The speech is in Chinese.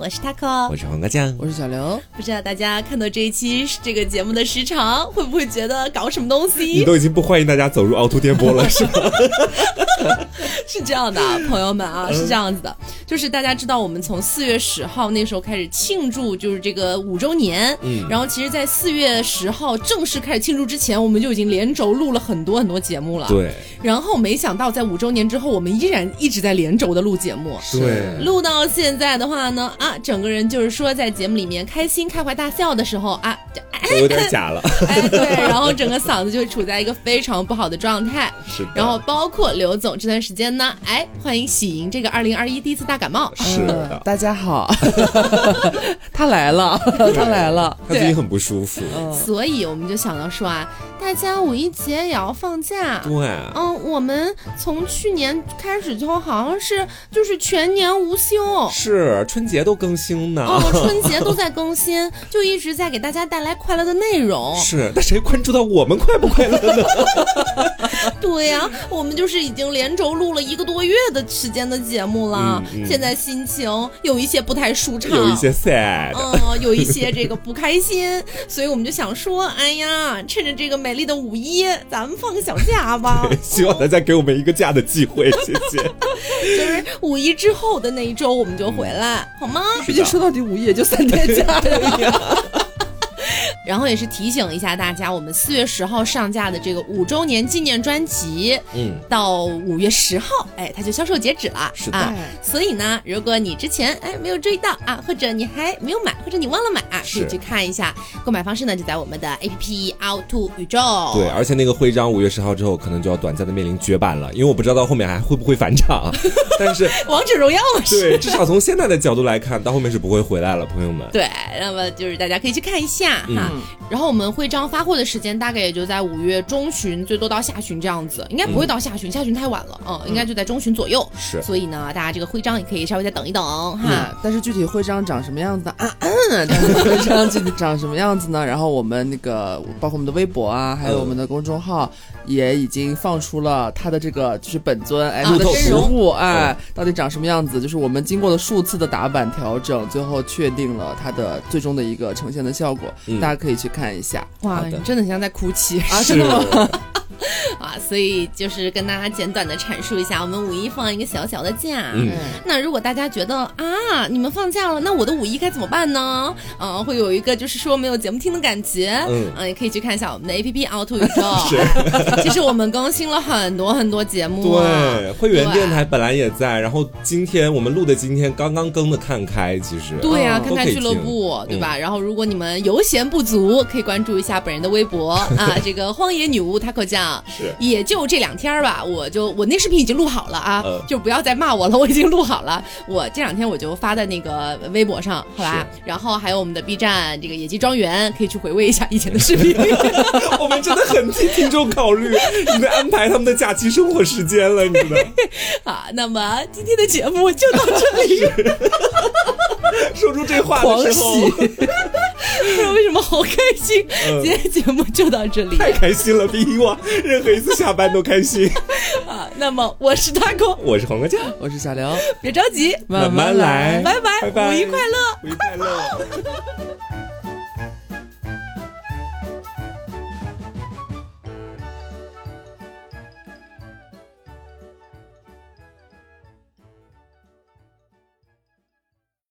我是 taco，我是黄瓜酱，我是小刘。不知道大家看到这一期这个节目的时长，会不会觉得搞什么东你西？都已经不欢迎大家走入凹凸电波 了，是吗？是这样的啊，朋友们嗯啊，是这样子的，就是大家知道我们从四月十号那时候开始庆祝，就是这个五周年。嗯然后其实，在四月十号正式开始庆祝之前，我们就已经连轴录了很多很多节目了。。对然后没想到，在五周年之后，我们依然一直在连轴的录节目。对，录到现在的话呢，啊，整个人就是说在节目里面开心、开怀大笑的时候啊，这我有点假了， 哎对，然后整个嗓子就处在一个非常不好的状态。是的。然后包括刘总这段时间呢，哎，欢迎喜迎这个二零二一第一次大感冒。是嗯的，大家好， 他来了，他来了。他最近很不舒服，嗯，所以我们就想到说啊，大家五一节也要放假。对，哦嗯，我们从去年开始就好像是就是全年无休。是啊春节都更新呢。哦，春节都在更新，就一直在给大家带来快乐的内 容。是，但谁关注到我们快不快乐 呢？对呀、我们就是已经连轴录了一个多月的时间的节目了，嗯嗯现在心情有一些不太舒畅，有一些 sad，。嗯， 有一些这个不开心，所以我们就想说，哎呀，趁着这个美丽的五一，咱们放个小假吧 希望大家给我们一个假的机会，谢 谢。就是五一之后的那一周，我们就回来，嗯好吗？毕竟说到底，午夜就三天 假呀。嗯然后也是提醒一下大家，我们四月十号上架的这个五周年纪念专辑，嗯，到五月十号，哎，它就销售截止了。是的啊哎，所以呢，如果你之前哎没有注意到啊，或者你还没有买，或者你忘了买啊，可是以去看一下。购买方式呢就在我们的 APP凹凸宇宙。哦对，。而且那个徽章五月十号之后可能就要短暂的面临绝版了，因为我不知道到后面还会不会返 场，但是王者荣耀嘛是。对，至少从现在的角度来看，到后面是不会回来了，朋友们。对，那么就是大家可以去看一下嗯啊哈。然后我们徽章发货的时间大概也就在五月中旬，最多到下旬这样子，应该不会到下旬，下旬太晚了，嗯，应该就在中旬左右。是所以呢，大家这个徽章也可以稍微再等一等哈。啊，但是具体徽章长什么样子呢？啊，嗯，但是徽章具体长什么样子呢？然后我们那个包括我们的微博啊，还有我们的公众号，也已经放出了它的这个就是本尊哎，它路的透实图物哎，到底长什么样子？就是我们经过了数次的打版调整，最后确定了它的最终的一个呈现的效果，嗯大家可以去看一下哇，好的你真的很像在哭泣啊，是真的吗？啊！所以就是跟大家简短的阐述一下，我们五一放一个小小的假。嗯那如果大家觉得啊，你们放假了，那我的五一该怎么办呢？嗯、会有一个就是说没有节目听的感觉。嗯啊也可以去看一下我们的 A P P 凹凸宇 宙。 其实我们更新了很多很多节目、啊。对，会员电台本来也在，然后今天我们录的今天刚刚更的看开，其实对呀、嗯看看俱乐部，对嗯吧？然后，如果你们油闲不足，可以关注一下本人的微博 啊，这个荒野女巫 taco 酱。是也就这两天儿吧，我就我那视频已经录好了啊，呃就不要再骂我了，我已经录好了。我这两天我就发在那个微博上，好吧？然后还有我们的 B 站这个野鸡庄园，可以去回味一下以前的视 频。 我们真的很替听众考虑，你在安排他们的假期生活时间了，你知道？ 啊，那么今天的节目就到这 里，说出这话狂的时候喜，不知道为什么好开心。嗯今天的节目就到这里太开心了，比以往任何一次下班都开心。啊，那么我是大哥，我是黄瓜酱，我是小刘。别着急，慢慢慢来，拜拜，拜拜，五一快乐。五一快乐。